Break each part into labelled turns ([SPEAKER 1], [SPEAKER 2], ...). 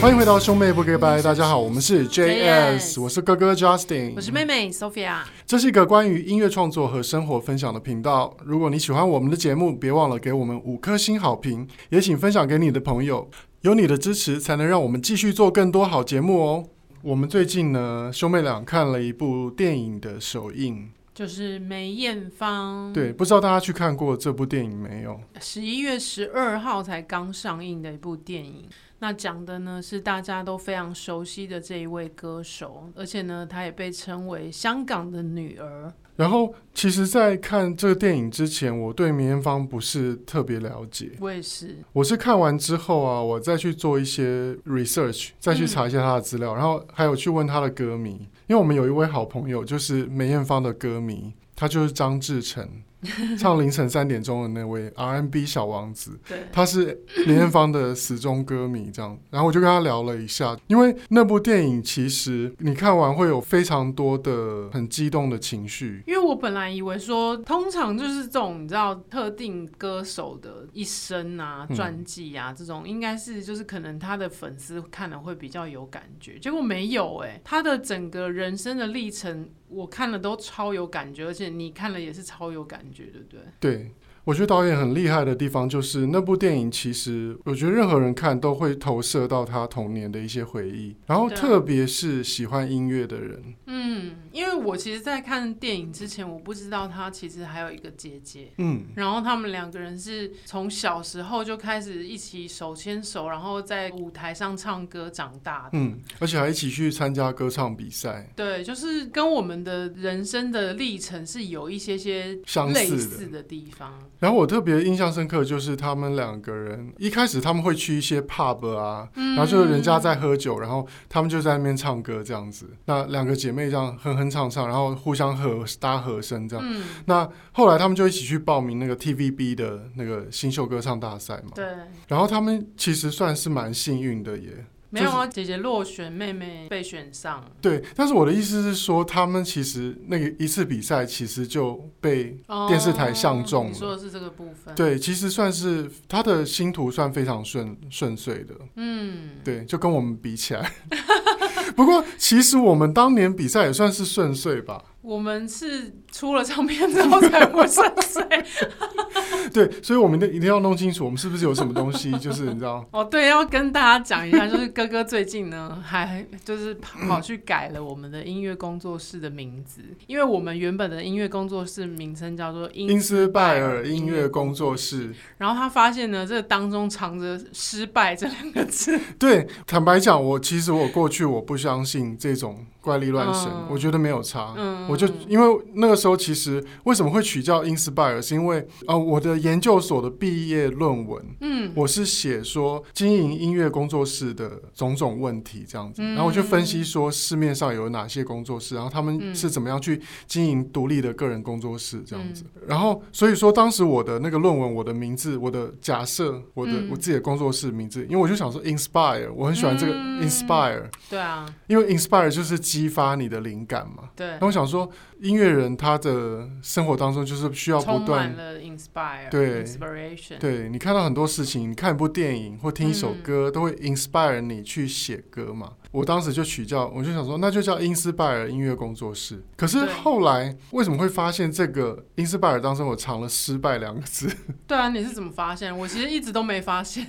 [SPEAKER 1] 欢迎回到兄妹不给拜，大家好，我们是 JS，
[SPEAKER 2] JS
[SPEAKER 1] 我是哥哥 Justin，
[SPEAKER 2] 我是妹妹 Sophia，
[SPEAKER 1] 这是一个关于音乐创作和生活分享的频道。如果你喜欢我们的节目，别忘了给我们五颗星好评，也请分享给你的朋友。有你的支持，才能让我们继续做更多好节目哦。我们最近呢，兄妹俩看了一部电影的首映，
[SPEAKER 2] 就是梅艳芳。
[SPEAKER 1] 对，，不知道大家去看过这部电影没有？
[SPEAKER 2] 十一月十二号才刚上映的一部电影。那讲的呢是大家都非常熟悉的这一位歌手，而且呢，她也被称为香港的女儿。
[SPEAKER 1] 然后，其实，在看这个电影之前，我对梅艳芳不是特别了解。
[SPEAKER 2] 我也是，
[SPEAKER 1] 我是看完之后啊，我再去做一些 research，再去查一下他的资料，然后还有去问他的歌迷，因为我们有一位好朋友就是梅艳芳的歌迷，他就是张志成，唱凌晨三点钟的那位 R&B 小王子，
[SPEAKER 2] 对，
[SPEAKER 1] 他是梅艳芳的死忠歌迷，这样，然后我就跟他聊了一下，因为那部电影其实你看完会有非常多的很激动的情绪，
[SPEAKER 2] 因为我本来以为说，通常就是这种你知道特定歌手的一生啊、
[SPEAKER 1] 嗯
[SPEAKER 2] 传记啊这种，应该是就是可能他的粉丝看了会比较有感觉，结果没有哎、他的整个人生的历程，我看了都超有感觉，而且你看了也是超有感觉，对不对？
[SPEAKER 1] 对，我觉得导演很厉害的地方就是那部电影，其实我觉得任何人看都会投射到他童年的一些回忆，然后
[SPEAKER 2] 对啊
[SPEAKER 1] 特别是喜欢音乐的人，
[SPEAKER 2] 嗯，因为我其实，在看电影之前，我不知道他其实还有一个姐姐，
[SPEAKER 1] 嗯，
[SPEAKER 2] 然后他们两个人是从小时候就开始一起手牵手，然后在舞台上唱歌长大的。
[SPEAKER 1] 嗯，而且还一起去参加歌唱比赛，
[SPEAKER 2] 对，就是跟我们的人生的历程是有一些些
[SPEAKER 1] 相
[SPEAKER 2] 类
[SPEAKER 1] 似的。哦
[SPEAKER 2] 似的地方。
[SPEAKER 1] 然后我特别印象深刻就是他们两个人一开始他们会去一些 pub 啊，
[SPEAKER 2] 嗯
[SPEAKER 1] 然后就是人家在喝酒，然后他们就在那边唱歌这样子，那两个姐妹这样哼哼唱唱，然后互相和搭和声这样。
[SPEAKER 2] 嗯，
[SPEAKER 1] 那后来他们就一起去报名那个 TVB 的那个新秀歌唱大赛嘛。
[SPEAKER 2] 对，
[SPEAKER 1] 然后他们其实算是蛮幸运的耶。
[SPEAKER 2] 没有啊，姐姐落选，妹妹被选上。
[SPEAKER 1] 对，但是我的意思是说，他们其实那个一次比赛其实就被
[SPEAKER 2] 哦
[SPEAKER 1] 电视台相中了
[SPEAKER 2] 你说的是这个部分。，
[SPEAKER 1] 对，其实算是他的星途算非常顺顺遂的。
[SPEAKER 2] 嗯，
[SPEAKER 1] 对，就跟我们比起来。 不过，其实我们当年比赛也算是顺遂吧。
[SPEAKER 2] 我们是出了唱片之后才不 顺遂。
[SPEAKER 1] 对，所以我们一定一定要弄清楚，我们是不是有什么东西，就是你知道，
[SPEAKER 2] 哦，对，要跟大家讲一下，就是哥哥最近呢，还就是跑跑去改了我们的音乐工作室的名字，因为我们原本的音乐工作室名称叫做音
[SPEAKER 1] 因斯拜尔音乐工作室。
[SPEAKER 2] 然后他发现呢，这当中藏着“失败”这两个字。
[SPEAKER 1] 对，坦白讲，我其实我过去我不相信这种怪力乱神，
[SPEAKER 2] 嗯
[SPEAKER 1] 我觉得没有差。
[SPEAKER 2] 嗯，
[SPEAKER 1] 啊我就因为那个时候，其实为什么会取叫 Inspire，是因为呃，我的研究所的毕业论文，
[SPEAKER 2] 嗯
[SPEAKER 1] 我是写说经营音乐工作室的种种问题这样子，
[SPEAKER 2] 嗯
[SPEAKER 1] 然后我就分析说市面上有哪些工作室，然后他们
[SPEAKER 2] 嗯
[SPEAKER 1] 是怎么样去经营独立的个人工作室这样子。
[SPEAKER 2] 嗯
[SPEAKER 1] 然后所以说当时我的那个论文，我的名字，我的假设，我的、
[SPEAKER 2] 嗯
[SPEAKER 1] 我自己的工作室名字，因为我就想说 inspire，我很喜欢这个
[SPEAKER 2] 嗯
[SPEAKER 1] inspire，、
[SPEAKER 2] 对啊，
[SPEAKER 1] 因为 inspire 就是激发你的灵感嘛。
[SPEAKER 2] 对
[SPEAKER 1] 那，我想说，音乐人他的生活当中就是需要不
[SPEAKER 2] 充
[SPEAKER 1] 断
[SPEAKER 2] 满了 inspire，
[SPEAKER 1] 对
[SPEAKER 2] inspiration，，
[SPEAKER 1] 对你看到很多事情，你看一部电影或听一首
[SPEAKER 2] 嗯
[SPEAKER 1] 歌，都会 inspire 你去写歌嘛。我当时就取叫，我就想说，那就叫 inspire 音乐工作室。可是
[SPEAKER 2] 对
[SPEAKER 1] 后来为什么会发现这个 inspire 当中我藏了失败两个字？
[SPEAKER 2] 对啊，你是怎么发现？我其实一直都没发现。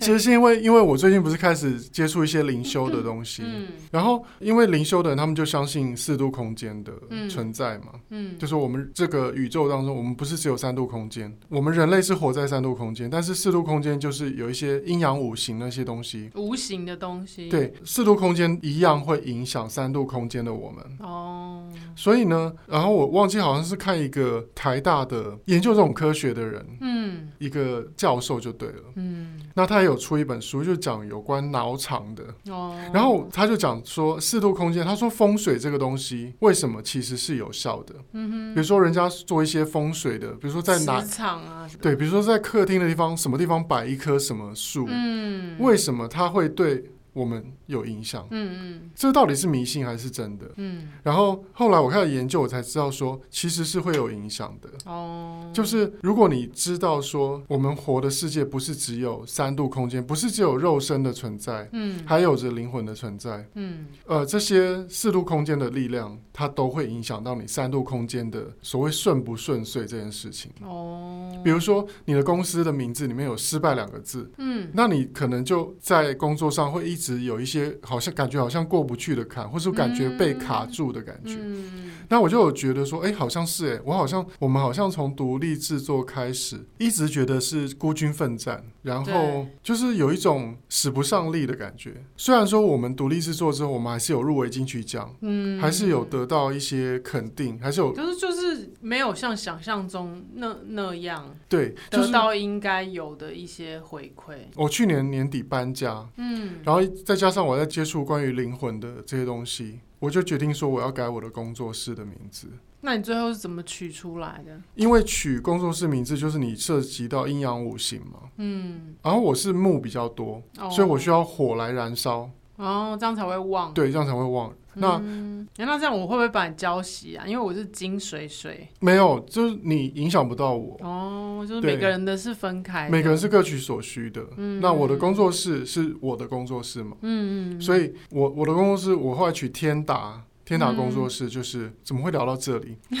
[SPEAKER 1] 其 实是因为因为我最近不是开始接触一些灵修的东西。
[SPEAKER 2] 嗯
[SPEAKER 1] 然后，因为灵修的人，他们就相信四度空间的
[SPEAKER 2] 嗯
[SPEAKER 1] 存在嘛，
[SPEAKER 2] 嗯
[SPEAKER 1] 就，是我们这个宇宙当中，我们不是只有三度空间，我们人类是活在三度空间，但是四度空间就是有一些阴阳五行那些东西。
[SPEAKER 2] 无形的东西。，
[SPEAKER 1] 对，四度空间一样会影响三度空间的我们。
[SPEAKER 2] 哦，
[SPEAKER 1] 所以呢，然后我忘记好像是看一个台大的研究这种科学的人，
[SPEAKER 2] 嗯
[SPEAKER 1] 一个教授就对了。
[SPEAKER 2] 嗯，
[SPEAKER 1] 那他也有出一本书，就讲有关脑场的。
[SPEAKER 2] 哦，
[SPEAKER 1] 然后他就讲说，四度空间，他说风水这个东西为什么其实是有效的？
[SPEAKER 2] 嗯
[SPEAKER 1] 比如说人家做一些风水的，比如说
[SPEAKER 2] 哼，
[SPEAKER 1] 在哪
[SPEAKER 2] 磁场啊，什么
[SPEAKER 1] 对，比如说在客厅的地方，什么地方摆一棵什么树，
[SPEAKER 2] 嗯，
[SPEAKER 1] 为什么它会对我们有影响。
[SPEAKER 2] 嗯
[SPEAKER 1] 这到底是迷信还是真的？
[SPEAKER 2] 嗯嗯，
[SPEAKER 1] 然后后来我开始研究，我才知道说其实是会有影响的。
[SPEAKER 2] 哦，
[SPEAKER 1] 就是如果你知道说我们活的世界不是只有三度空间，不是只有肉身的存在，
[SPEAKER 2] 嗯
[SPEAKER 1] 还有着灵魂的存在，
[SPEAKER 2] 嗯
[SPEAKER 1] 呃，这些四度空间的力量，它都会影响到你三度空间的所谓顺不顺遂这件事情。
[SPEAKER 2] 哦，
[SPEAKER 1] 比如说，你的公司的名字里面有“失败”两个字，
[SPEAKER 2] 嗯
[SPEAKER 1] 那你可能就在工作上会一直有一些好像感觉好像过不去的坎，或是感觉被卡住的感觉。
[SPEAKER 2] 嗯
[SPEAKER 1] 那我就有觉得说，哎、好像是哎、我好像我们好像从独立制作开始，一直觉得是孤军奋战，然后
[SPEAKER 2] 对
[SPEAKER 1] 就是有一种使不上力的感觉。虽然说我们独立制作之后，我们还是有入围金曲奖，
[SPEAKER 2] 嗯，
[SPEAKER 1] 还是有得到一些肯定，还是有
[SPEAKER 2] 可是就是没有像想象中那那样
[SPEAKER 1] 对，就
[SPEAKER 2] 得
[SPEAKER 1] 是
[SPEAKER 2] 到应该有的一些回馈。
[SPEAKER 1] 我去年年底搬家，
[SPEAKER 2] 嗯，
[SPEAKER 1] 然后再加上我在接触关于灵魂的这些东西，我就决定说我要改我的工作室的名字。
[SPEAKER 2] 那你最后是怎么取出来的？
[SPEAKER 1] 因为取工作室名字就是你涉及到阴阳五行嘛，
[SPEAKER 2] 嗯，
[SPEAKER 1] 然后我是木比较多，
[SPEAKER 2] 哦
[SPEAKER 1] 所以我需要火来燃烧，
[SPEAKER 2] 哦，这样才会忘。
[SPEAKER 1] 对，这样才会忘。那、
[SPEAKER 2] 嗯诶那这样我会不会把你浇熄啊？因为我是金水水
[SPEAKER 1] 没有，就是你影响不到我，
[SPEAKER 2] 哦，就是
[SPEAKER 1] 对
[SPEAKER 2] 每个人的是分开的，
[SPEAKER 1] 每个人是各取所需的。
[SPEAKER 2] 嗯
[SPEAKER 1] 那我的工作室是我的工作室嘛，
[SPEAKER 2] 嗯嗯，
[SPEAKER 1] 所
[SPEAKER 2] 以
[SPEAKER 1] 以我我的工作室我后来取天达。天
[SPEAKER 2] 嗯
[SPEAKER 1] 达工作室就是、怎么会聊到这里？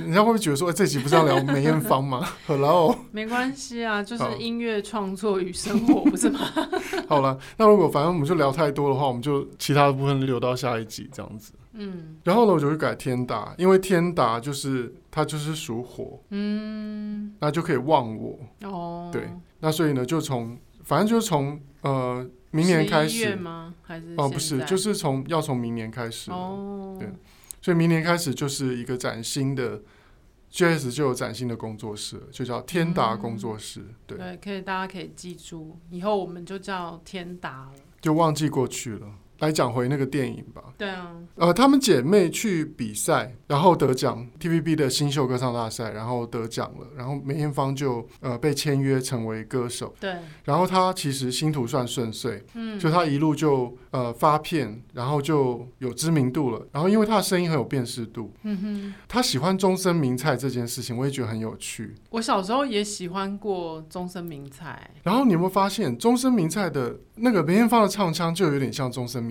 [SPEAKER 1] 人家会不会觉得说、哎这集不是要聊梅艳芳吗 哦？Hello，
[SPEAKER 2] 没关系啊，就
[SPEAKER 1] 好
[SPEAKER 2] 是音乐创作与生活，不是吗？
[SPEAKER 1] 好了，那如果反正我们就聊太多的话，我们就其他的部分留到下一集这样子。
[SPEAKER 2] 嗯
[SPEAKER 1] 然后呢，我就去改天达，因为天达就是它就是属火，
[SPEAKER 2] 嗯，
[SPEAKER 1] 那就可以旺我。
[SPEAKER 2] 哦，
[SPEAKER 1] 对那所以呢，就从反正就是从呃明年开
[SPEAKER 2] 11月
[SPEAKER 1] 始，
[SPEAKER 2] 吗？还是
[SPEAKER 1] 哦、不是，就是是从要从明年开始，
[SPEAKER 2] 哦，
[SPEAKER 1] 对所以明年开始就是一个崭新的 GS 就有崭新的工作室了，就叫天达工作室，对，
[SPEAKER 2] 嗯对，可以，大家可以记住，以后我们就叫天达了。
[SPEAKER 1] 就忘记过去了。来讲回那个电影吧，
[SPEAKER 2] 对啊，
[SPEAKER 1] 呃，她们姐妹去比赛，然后得奖，TVB 的新秀歌唱大赛，然后得奖了，然后梅艳芳就呃被签约成为歌手。
[SPEAKER 2] 对，
[SPEAKER 1] 然后他其实星途算顺遂，
[SPEAKER 2] 嗯，
[SPEAKER 1] 就他一路就呃发片，然后就有知名度了。然后因为他的声音很有辨识度，
[SPEAKER 2] 嗯
[SPEAKER 1] 他喜欢终身名菜这件事情，我也觉得很有趣
[SPEAKER 2] 哼。，我小时候也喜欢过终身名菜，
[SPEAKER 1] 然后你有没有发现，终身名菜的那个梅艳芳的唱腔就有点像终身名菜？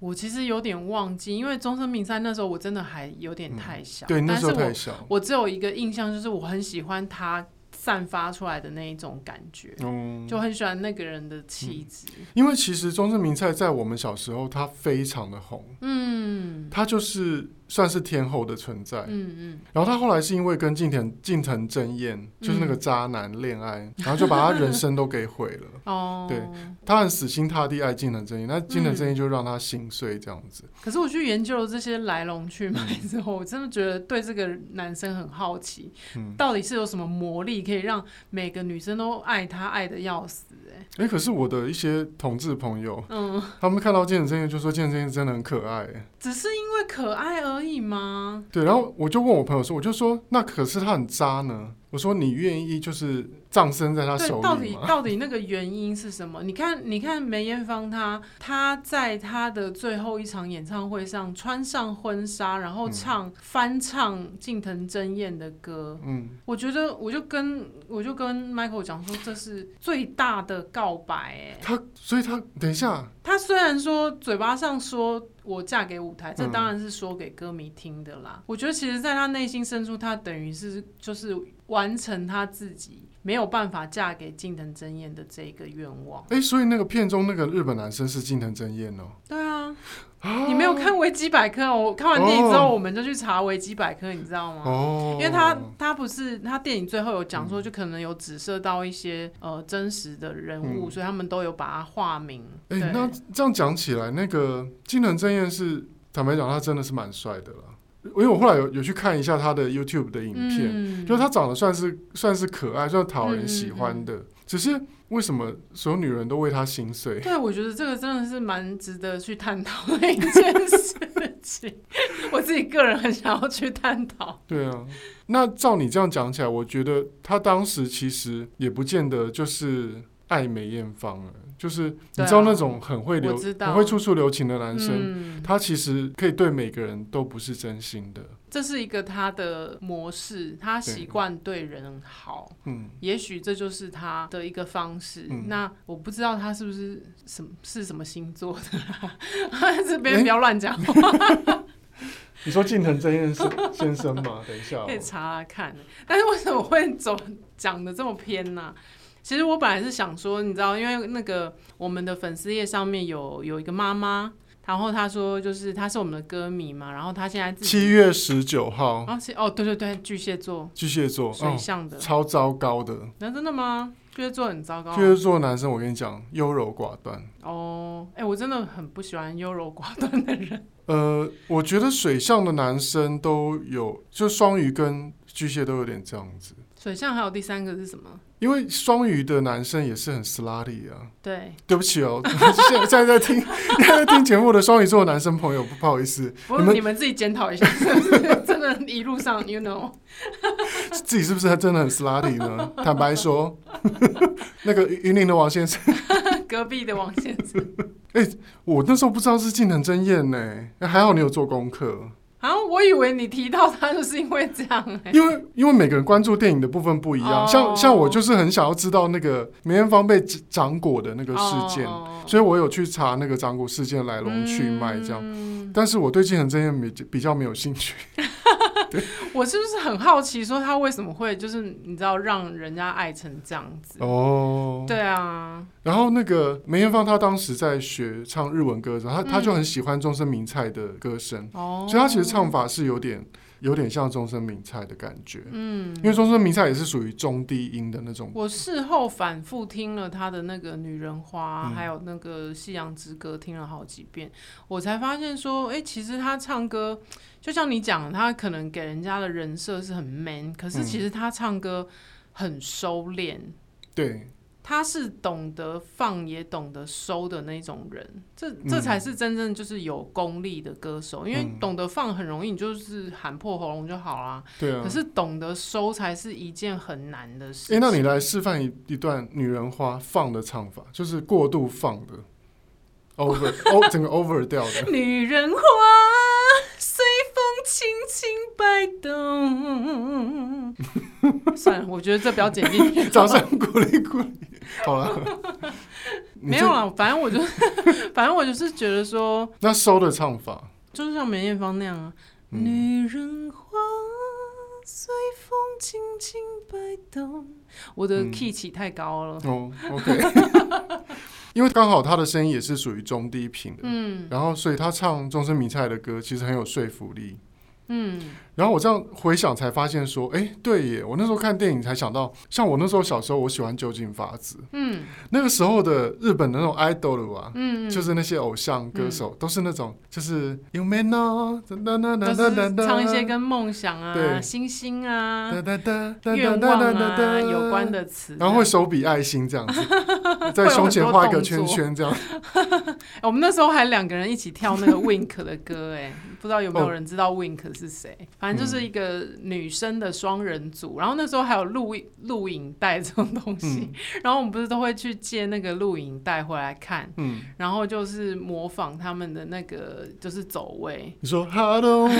[SPEAKER 2] 我其实有点忘记，因为终身名菜那时候我真的还有点太小，
[SPEAKER 1] 嗯对，那
[SPEAKER 2] 但
[SPEAKER 1] 时候
[SPEAKER 2] 是我
[SPEAKER 1] 太小。
[SPEAKER 2] 我只有一个印象，就是我很喜欢他散发出来的那一种感觉，
[SPEAKER 1] 嗯，
[SPEAKER 2] 就很喜欢那个人的气质。
[SPEAKER 1] 因为其实终身名菜在我们小时候，它非常的红，
[SPEAKER 2] 嗯
[SPEAKER 1] 它就是算是天后的存在。
[SPEAKER 2] 嗯
[SPEAKER 1] 然后他后来是因为跟近藤近藤真彦，就是那个渣男恋爱，然后就把他人生都给毁 了。
[SPEAKER 2] 嗯，哦，
[SPEAKER 1] 对。他很死心塌地爱近藤真彦，那近藤真彦就让他心碎这样子。
[SPEAKER 2] 可是我去研究了这些来龙去脉之后，我真的觉得对这个男生很好奇，
[SPEAKER 1] 嗯，
[SPEAKER 2] 到底是有什么魔力可以让每个女生都爱他爱的要死、欸？
[SPEAKER 1] 哎、可是我的一些同志朋友，
[SPEAKER 2] 嗯，
[SPEAKER 1] 他们看到近藤真彦就说近藤真彦真的很可爱、欸
[SPEAKER 2] 只是因为可爱而已吗？
[SPEAKER 1] 对，然后我就问我朋友说，我就说那可是他很渣呢。我说你愿意就是葬身在他
[SPEAKER 2] 对，
[SPEAKER 1] 手
[SPEAKER 2] 到
[SPEAKER 1] 里
[SPEAKER 2] 底
[SPEAKER 1] 吗？
[SPEAKER 2] 到底那个原因是什么？你看，你看梅艳芳她，她在她的最后一场演唱会上穿上婚纱，然后
[SPEAKER 1] 嗯
[SPEAKER 2] 唱、翻唱近藤真彦的歌。
[SPEAKER 1] 嗯，
[SPEAKER 2] 我觉得，我就跟我就跟 Michael 讲说，这是最大的告白、哎，
[SPEAKER 1] 他所以他等一下，
[SPEAKER 2] 她虽然说嘴巴上说我嫁给舞台，这
[SPEAKER 1] 嗯
[SPEAKER 2] 当然是说给歌迷听的啦。我觉得其实，在她内心深处，她等于是就是完成她自己没有办法嫁给近藤真彦的这个愿望。
[SPEAKER 1] 哎、所以那个片中那个日本男生是近藤真彦哦、
[SPEAKER 2] 对啊，
[SPEAKER 1] 啊
[SPEAKER 2] 你没有看维基百科哦？我看完电影之
[SPEAKER 1] 哦
[SPEAKER 2] 后，我们就去查维基百科，你知道吗？
[SPEAKER 1] 哦，嗯
[SPEAKER 2] 因为他他不是他电影最后有讲说，就可能有指涉到一些呃真实的人物，
[SPEAKER 1] 嗯
[SPEAKER 2] 所以他们都有把它化名。
[SPEAKER 1] 哎、
[SPEAKER 2] 对嗯
[SPEAKER 1] 那这样讲起来，那个金藤真彦是坦白讲，他真的是蛮帅的啦。因为我后来有有去看一下他的 YouTube 的影片，
[SPEAKER 2] 嗯
[SPEAKER 1] 就是他长得算是算是可爱，算讨人喜欢的。只是为什么所有女人都为他心碎？
[SPEAKER 2] 对，我觉得这个真的是蛮值得去探讨的一件事情。 我自己个人很想要去探讨。
[SPEAKER 1] 对啊，那照你这样讲起来，我觉得他当时其实也不见得就是爱梅艳芳了，就是
[SPEAKER 2] 对
[SPEAKER 1] 你
[SPEAKER 2] 啊
[SPEAKER 1] 知道那种很会流、
[SPEAKER 2] 我知道
[SPEAKER 1] 很会处处留情的男生，
[SPEAKER 2] 嗯，
[SPEAKER 1] 他其实可以对每个人都不是真心的。
[SPEAKER 2] 这是一个他的模式，他习惯对人好，
[SPEAKER 1] 嗯，
[SPEAKER 2] 也许这就是他的一个方式。
[SPEAKER 1] 嗯
[SPEAKER 2] 那我不知道他是不是什么是什么星座的啦， 这边
[SPEAKER 1] 诶
[SPEAKER 2] 不要乱讲，
[SPEAKER 1] 你说近藤真彦是先生吗？等一下、哦
[SPEAKER 2] 可，以查查看。但是为什么会走讲的这么偏呢、其实我本来是想说，你知道，因为那个我们的粉丝页上面有有一个妈妈，然后她说就是她是我们的歌迷嘛，然后她现在自己
[SPEAKER 1] 七月十九号，
[SPEAKER 2] 哦是哦对对对，巨蟹座
[SPEAKER 1] 巨蟹座，
[SPEAKER 2] 水象的
[SPEAKER 1] 哦，，超糟糕的。
[SPEAKER 2] 那、真的吗？巨蟹座很糟糕啊
[SPEAKER 1] 巨蟹座男生，我跟你讲，优柔寡断。
[SPEAKER 2] 哦，哎、我真的很不喜欢优柔寡断的人。
[SPEAKER 1] 呃，我觉得水象的男生都有，就双鱼跟巨蟹都有点这样子，
[SPEAKER 2] 水象还有第三个是什么？
[SPEAKER 1] 因为双鱼的男生也是很 slutty 啊。
[SPEAKER 2] 对，
[SPEAKER 1] 对不起哦， 现现在在听 现在在听节目的双鱼座男生朋友，不好意思，
[SPEAKER 2] 不
[SPEAKER 1] 你
[SPEAKER 2] 过
[SPEAKER 1] 们
[SPEAKER 2] 你们自己检讨一下， 是不是真的，一路上，you know，
[SPEAKER 1] 自己是不是真的很 slutty 呢？坦白说， 那个云林的王先生，
[SPEAKER 2] 隔壁的王先生。
[SPEAKER 1] 我那时候不知道是近藤真彦呢，还好你有做功课，
[SPEAKER 2] 啊，我以为你提到他就是因为这样哎、
[SPEAKER 1] 因为因为每个人关注电影的部分不一样，
[SPEAKER 2] 哦
[SPEAKER 1] 像像我就是很想要知道那个梅艳芳被掌掌果的那个事件，
[SPEAKER 2] 哦
[SPEAKER 1] 所以我有去查那个掌果事件来龙去脉这样。
[SPEAKER 2] 嗯
[SPEAKER 1] 但是我对金城真彦比比较没有兴趣，
[SPEAKER 2] 我是不是很好奇，说他为什么会就是你知道让人家爱成这样子？
[SPEAKER 1] 哦，
[SPEAKER 2] 对啊，
[SPEAKER 1] 然后那个梅艳芳，她当时在学唱日文歌的时候，她她
[SPEAKER 2] 嗯
[SPEAKER 1] 就很喜欢中森明菜的歌声，
[SPEAKER 2] 哦，
[SPEAKER 1] 所以她其实唱法是有点有点像中森明菜的感觉，
[SPEAKER 2] 嗯，
[SPEAKER 1] 因为中森明菜也是属于中低音的那种。
[SPEAKER 2] 我事后反复听了他的那个《女人花》
[SPEAKER 1] 嗯
[SPEAKER 2] 还有那个《夕阳之歌》，听了好几遍，我才发现说，哎、其实他唱歌，就像你讲，他可能给人家的人设是很 man，可
[SPEAKER 1] 嗯
[SPEAKER 2] 是其实他唱歌很收敛。
[SPEAKER 1] 对，
[SPEAKER 2] 他是懂得放也懂得收的那种人，这
[SPEAKER 1] 嗯
[SPEAKER 2] 这才是真正就是有功力的歌手。因为
[SPEAKER 1] 嗯
[SPEAKER 2] 懂得放很容易，你就是喊破喉咙就好啦。
[SPEAKER 1] 对啊。
[SPEAKER 2] 可是懂得收才是一件很难的事
[SPEAKER 1] 哎、
[SPEAKER 2] 情。
[SPEAKER 1] 那你来示范一一段《女人花》放的唱法，就是过度放的，over o 整个 over 掉的。。
[SPEAKER 2] 女人花随风轻轻摆动。 算了，我觉得这不要剪进 去
[SPEAKER 1] 掌声鼓励鼓励。好 了，你
[SPEAKER 2] 没
[SPEAKER 1] 这
[SPEAKER 2] 有啊啦，反正我就 反正我就是觉得说，
[SPEAKER 1] 那收的唱法，
[SPEAKER 2] 就是像梅艳芳那样啊。
[SPEAKER 1] 嗯
[SPEAKER 2] 女人花随风轻轻摆动，我的
[SPEAKER 1] 嗯
[SPEAKER 2] key 起太高了。
[SPEAKER 1] 哦、o k 因为刚好他的声音也是属于中低频的，
[SPEAKER 2] 嗯
[SPEAKER 1] 然后所以他唱中森明菜的歌其实很有说服力。
[SPEAKER 2] 嗯，
[SPEAKER 1] 然后我这样回想才发现说，哎、对耶，我那时候看电影才想到，像我那时候小时候我喜欢酒井法子，
[SPEAKER 2] 嗯
[SPEAKER 1] 那个时候的日本的那种 idol 啊，
[SPEAKER 2] 嗯，
[SPEAKER 1] 就是那些偶像歌手，都是那种就是有没呢，哒哒哒
[SPEAKER 2] 嗯都
[SPEAKER 1] 哒哒
[SPEAKER 2] 是
[SPEAKER 1] 哒，
[SPEAKER 2] 唱一些跟梦想啊、
[SPEAKER 1] 对
[SPEAKER 2] 星星啊、
[SPEAKER 1] 哒哒哒哒哒
[SPEAKER 2] 愿
[SPEAKER 1] 哒
[SPEAKER 2] 望
[SPEAKER 1] 哒哒
[SPEAKER 2] 啊
[SPEAKER 1] 哒
[SPEAKER 2] 有关，的词。
[SPEAKER 1] 然后会手比爱心这样 子，在胸前画一个圈圈这样。
[SPEAKER 2] 哎我们那时候还两个人一起跳 那个 Wink 的歌，哎，不知道有没有人知道 Wink 是谁？反
[SPEAKER 1] 嗯
[SPEAKER 2] 正就是一个女生的双人组，然后那时候还有录影录影带这种东西，
[SPEAKER 1] 嗯
[SPEAKER 2] 然后我们不是都会去借那个录影带回来看，
[SPEAKER 1] 嗯，
[SPEAKER 2] 然后就是模仿他们的那个就是走位，
[SPEAKER 1] 你说 How do we？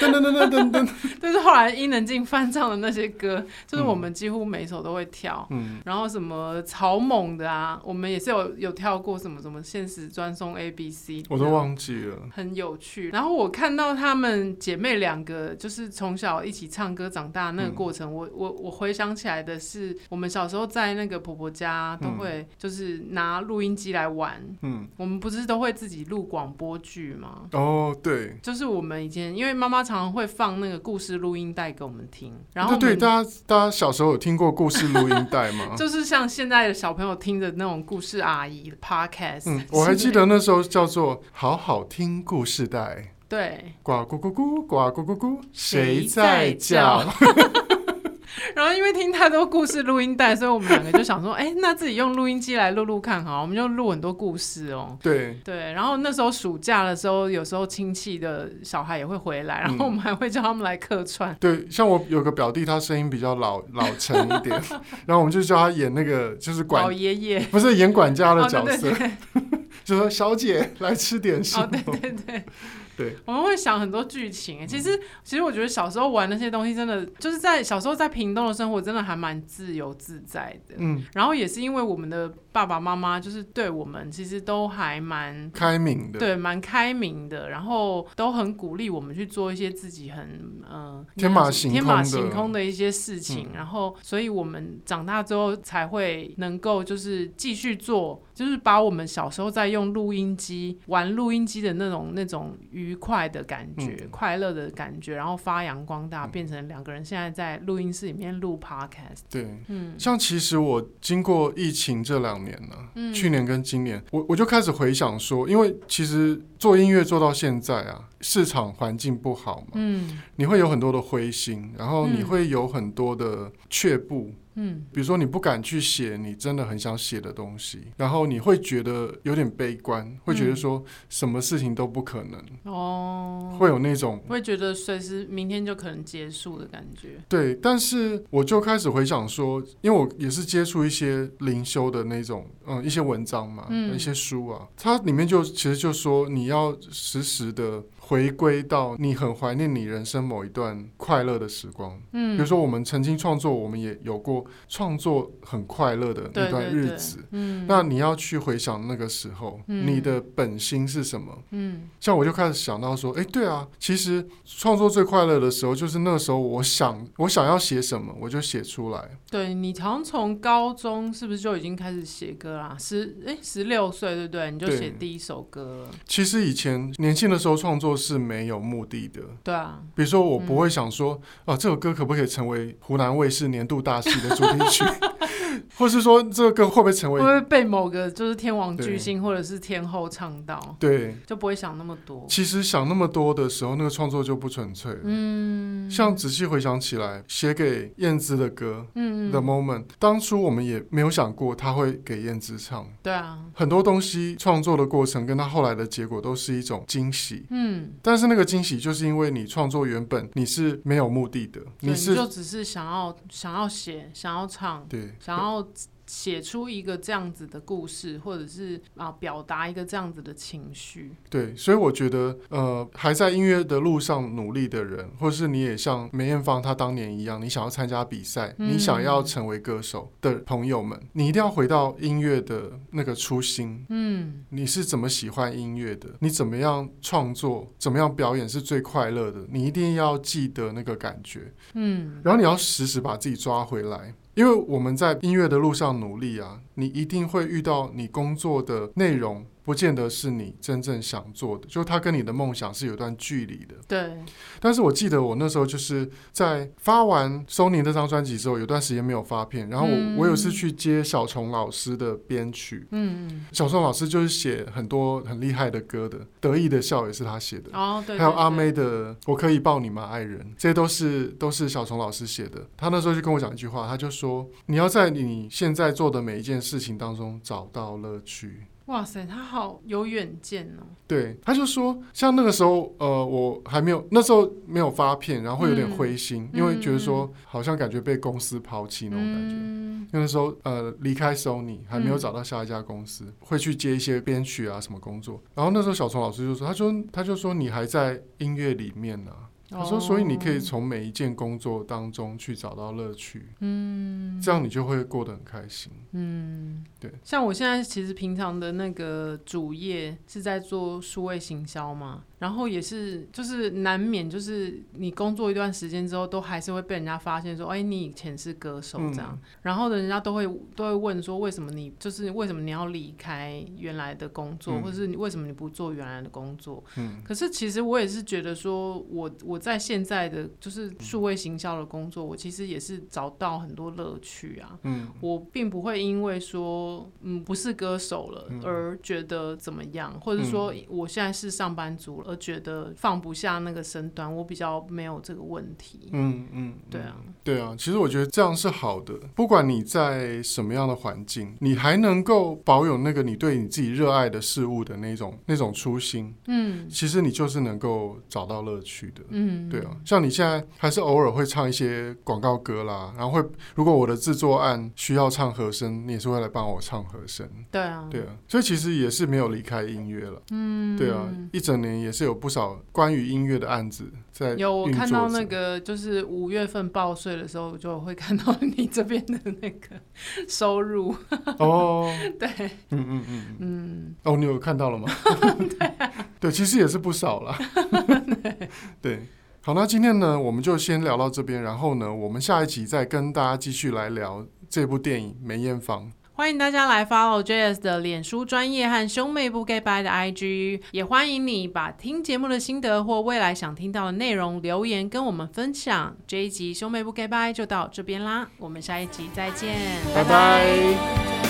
[SPEAKER 1] 噔 噔噔噔噔噔，
[SPEAKER 2] 就是后来伊能静翻唱的那些歌，就是我们几乎每首都会跳。
[SPEAKER 1] 嗯，
[SPEAKER 2] 然后什么草蜢的啊，我们也是有有跳过什么什么限时专送 A B C，
[SPEAKER 1] 我都忘记了。
[SPEAKER 2] 很有趣。然后我看到她们姐妹两个就是从小一起唱歌长大
[SPEAKER 1] 嗯
[SPEAKER 2] 那个过程，我我我回想起来的是，我们小时候在那个婆婆家都会就是拿录音机来玩，
[SPEAKER 1] 嗯，
[SPEAKER 2] 我们不是都会自己录广播剧吗？
[SPEAKER 1] 哦，对，
[SPEAKER 2] 就是我们以前，因为妈妈常常会放那个故事录音带给我们听，然后
[SPEAKER 1] 对
[SPEAKER 2] 我们
[SPEAKER 1] 对，大家大家小时候有听过故事录音带吗？
[SPEAKER 2] 就是像现在的小朋友听的那种故事阿姨的 podcast，、
[SPEAKER 1] 嗯，我还 记，得那时候叫做《好好听故事带》。
[SPEAKER 2] 对，
[SPEAKER 1] 呱咕咕咕，呱咕咕咕，
[SPEAKER 2] 谁
[SPEAKER 1] 在
[SPEAKER 2] 在叫？ 然后因为听太多故事录音带，所以我们两个就想说，哎、那自己用录音机来录录看好，我们就录很多故事 哦。
[SPEAKER 1] 对，
[SPEAKER 2] 对，然后那时候暑假的时候，有时候亲戚的小孩也会回来，然后我们还会叫他们来客串。
[SPEAKER 1] 对，像我有个表弟，他声音比较老老成一 点，然后我们就叫他演那个就是
[SPEAKER 2] 老
[SPEAKER 1] 管，
[SPEAKER 2] 爷爷，
[SPEAKER 1] 不是演管家的
[SPEAKER 2] 哦，
[SPEAKER 1] 角
[SPEAKER 2] 对
[SPEAKER 1] 色，
[SPEAKER 2] 对对，
[SPEAKER 1] 就说小姐来吃点心
[SPEAKER 2] 哦，
[SPEAKER 1] 哦，
[SPEAKER 2] 对对对，
[SPEAKER 1] 对，
[SPEAKER 2] 我们会想很多剧情。欸其实，其实我觉得小时候玩那些东西，真的就是在小时候在屏东的生活，真的还蛮自由自在的。
[SPEAKER 1] 嗯，
[SPEAKER 2] 然后也是因为我们的爸爸妈妈就是对我们其实都还蛮
[SPEAKER 1] 开明的，
[SPEAKER 2] 对蛮开明的，然后都很鼓励我们去做一些自己很呃
[SPEAKER 1] 天马行空的嗯
[SPEAKER 2] 天马行空的一些事情，然后所以我们长大之后才会能够就是继续做，就是把我们小时候在用录音机玩录音机的那种那种愉快的感觉、
[SPEAKER 1] 嗯
[SPEAKER 2] 快乐的感觉，然后发扬光大，变成两个人现在在录音室里面录 podcast。
[SPEAKER 1] 对。
[SPEAKER 2] 嗯
[SPEAKER 1] 像其实我经过疫情这两年呢、
[SPEAKER 2] 嗯
[SPEAKER 1] 去年跟今年，我我就开始回想说，因为其实做音乐做到现在啊，市场环境不好嘛，
[SPEAKER 2] 嗯
[SPEAKER 1] 你会有很多的灰心，然后你
[SPEAKER 2] 嗯
[SPEAKER 1] 会有很多的却步，
[SPEAKER 2] 嗯
[SPEAKER 1] 比如说你不敢去写你真的很想写的东西，然后你会觉得有点悲观，会觉得说什么事情都不可能，
[SPEAKER 2] 哦，
[SPEAKER 1] 会有那种
[SPEAKER 2] 会觉得随时明天就可能结束的感觉。
[SPEAKER 1] 对。但是我就开始回想说，因为我也是接触一些灵修的那种，嗯，一些文章嘛，
[SPEAKER 2] 嗯
[SPEAKER 1] 一些书啊，它里面就其实就说你要时时的回归到你很怀念你人生某一段快乐的时光。
[SPEAKER 2] 嗯，
[SPEAKER 1] 比如说，我们曾经创作，我们也有过创作很快乐的那
[SPEAKER 2] 对
[SPEAKER 1] 段
[SPEAKER 2] 对
[SPEAKER 1] 日
[SPEAKER 2] 对
[SPEAKER 1] 子。
[SPEAKER 2] 嗯，
[SPEAKER 1] 那你要去回想那个时候，
[SPEAKER 2] 嗯
[SPEAKER 1] 你的本心是什么？
[SPEAKER 2] 嗯
[SPEAKER 1] 像我就开始想到说，哎、对啊，其实创作最快乐的时候就是那时候，我想我想要写什么，我就写出来。
[SPEAKER 2] 对你好像从高中是不是就已经开始写歌啦？十哎十六岁对不对？你就
[SPEAKER 1] 对
[SPEAKER 2] 写第一首歌了，
[SPEAKER 1] 其实以前年轻的时候创作是没有目的的，
[SPEAKER 2] 对啊，
[SPEAKER 1] 比如说我不会想说，
[SPEAKER 2] 嗯
[SPEAKER 1] 啊，这首歌可不可以成为湖南卫视年度大戏的主题曲， 或是说这个歌会不会成
[SPEAKER 2] 会
[SPEAKER 1] 为
[SPEAKER 2] 不会被某个就是天王巨
[SPEAKER 1] 对
[SPEAKER 2] 星或者是天后唱到，
[SPEAKER 1] 对？
[SPEAKER 2] 就不会想那么多？
[SPEAKER 1] 其实想那么多的时候，那个创作就不纯粹了。
[SPEAKER 2] 嗯，
[SPEAKER 1] 像仔细回想起来，写给燕姿的歌，
[SPEAKER 2] 嗯
[SPEAKER 1] The Moment，当初我们也没有想过他会给燕姿唱。
[SPEAKER 2] 对啊，
[SPEAKER 1] 很多东西创作的过程跟他后来的结果都是一种惊喜，
[SPEAKER 2] 嗯，
[SPEAKER 1] 但是那个惊喜就是因为你创作原本你是没有目的的，
[SPEAKER 2] 对，
[SPEAKER 1] 你
[SPEAKER 2] 你
[SPEAKER 1] 是
[SPEAKER 2] 就只是想要想要写，想要唱，
[SPEAKER 1] 对
[SPEAKER 2] 想要写出一个这样子的故事，或者是啊表达一个这样子的情绪。
[SPEAKER 1] 对，所以我觉得呃还在音乐的路上努力的人，或是你也像梅艳芳她当年一样，你想要参加比赛，
[SPEAKER 2] 嗯
[SPEAKER 1] 你想要成为歌手的朋友们，你一定要回到音乐的那个初心，
[SPEAKER 2] 嗯，
[SPEAKER 1] 你是怎么喜欢音乐的？你怎么样创作？怎么样表演是最快乐的？你一定要记得那个感觉，
[SPEAKER 2] 嗯，
[SPEAKER 1] 然后你要时时把自己抓回来，因为我们在音乐的路上努力啊，你一定会遇到你工作的内容。不见得是你真正想做的，就它跟你的梦想是有段距离的。
[SPEAKER 2] 对，
[SPEAKER 1] 但是我记得我那时候就是在发完 Sony 那张专辑之后，有段时间没有发片，然后我、
[SPEAKER 2] 嗯
[SPEAKER 1] 我有一次去接小虫老师的编曲，
[SPEAKER 2] 嗯，
[SPEAKER 1] 小宋老师就是写很多很厉害的歌的，《得意的笑》也是他写的
[SPEAKER 2] 嗯，，哦，对，
[SPEAKER 1] 还有
[SPEAKER 2] 对
[SPEAKER 1] 阿
[SPEAKER 2] 对
[SPEAKER 1] 妹的《我可以抱你吗，爱人》，这些都是都是小虫老师写的。他那时候就跟我讲一句话，他就说：“你要在你现在做的每一件事情当中找到乐趣。”
[SPEAKER 2] 哇塞，他好有远见哦。
[SPEAKER 1] 对，他就说，像那个时候，呃，我还没有，那时候没有发片，然后会有点
[SPEAKER 2] 嗯
[SPEAKER 1] 灰心，
[SPEAKER 2] 嗯
[SPEAKER 1] 因为觉得说好像感觉被公司抛弃那种感觉。
[SPEAKER 2] 嗯，
[SPEAKER 1] 因为那时候呃离开 Sony 还没有
[SPEAKER 2] 嗯
[SPEAKER 1] 找到下一家公司，会去接一些编曲啊什么工作。然后那时候小虫老师就说，他说他就说你还在音乐里面啊呢、他说
[SPEAKER 2] 哦
[SPEAKER 1] 所以你可以从每一件工作当中去找到乐趣，
[SPEAKER 2] 嗯
[SPEAKER 1] 这样你就会过得很开心。
[SPEAKER 2] 嗯，
[SPEAKER 1] 对。
[SPEAKER 2] 像我现在其实平常的那个主业是在做数位行销嘛，然后也是就是难免就是你工作一段时间之后，都还是会被人家发现说，哎，你以前是歌手
[SPEAKER 1] 嗯
[SPEAKER 2] 这样，然后人家都会都会问说，为什么你就是为什么你要离开原来的工作，
[SPEAKER 1] 嗯
[SPEAKER 2] 或是你为什么你不做原来的工作？
[SPEAKER 1] 嗯，
[SPEAKER 2] 可是其实我也是觉得说我我在现在的就是数位行销的工作，我其实也是找到很多乐趣啊。
[SPEAKER 1] 嗯，
[SPEAKER 2] 我并不会因为说嗯不是歌手了
[SPEAKER 1] 嗯
[SPEAKER 2] 而觉得怎么样，或者说我现在是上班族了，而觉得放不下那个身段，我比较没有这个问题。
[SPEAKER 1] 嗯嗯，
[SPEAKER 2] 对啊，
[SPEAKER 1] 对啊，其实我觉得这样是好的，不管你在什么样的环境，你还能够保有那个你对你自己热爱的事物的那种那种初心，
[SPEAKER 2] 嗯
[SPEAKER 1] 其实你就是能够找到乐趣的。
[SPEAKER 2] 嗯，
[SPEAKER 1] 对啊，像你现在还是偶尔会唱一些广告歌啦，然后会如果我的制作案需要唱和声，你也是会来帮我唱和声，
[SPEAKER 2] 对啊，
[SPEAKER 1] 对啊，所以其实也是没有离开音乐了，
[SPEAKER 2] 嗯，
[SPEAKER 1] 对啊，一整年也是有不少关于音乐的案子在
[SPEAKER 2] 有我
[SPEAKER 1] 运
[SPEAKER 2] 看
[SPEAKER 1] 作
[SPEAKER 2] 到
[SPEAKER 1] 着
[SPEAKER 2] 那个，就是五月份报税的时候，我就会看到你这边的那个收入。
[SPEAKER 1] 哦，
[SPEAKER 2] 对，
[SPEAKER 1] 嗯嗯嗯嗯，
[SPEAKER 2] 嗯，啊
[SPEAKER 1] 哦，你有看到 了吗？ 对、其实也是不少啦。对，好，那今天呢，我们就先聊到这边，然后呢，我们下一集再跟大家继续来聊这部电影《梅艳芳》。
[SPEAKER 2] 欢迎大家来 follow JS 的脸书专业和兄妹不 gay bye 的 IG，也欢迎你把听节目的心得或未来想听到的内容留言跟我们分享。这一集兄妹不 gay bye 就到这边啦，我们下一集再见，
[SPEAKER 1] 拜拜。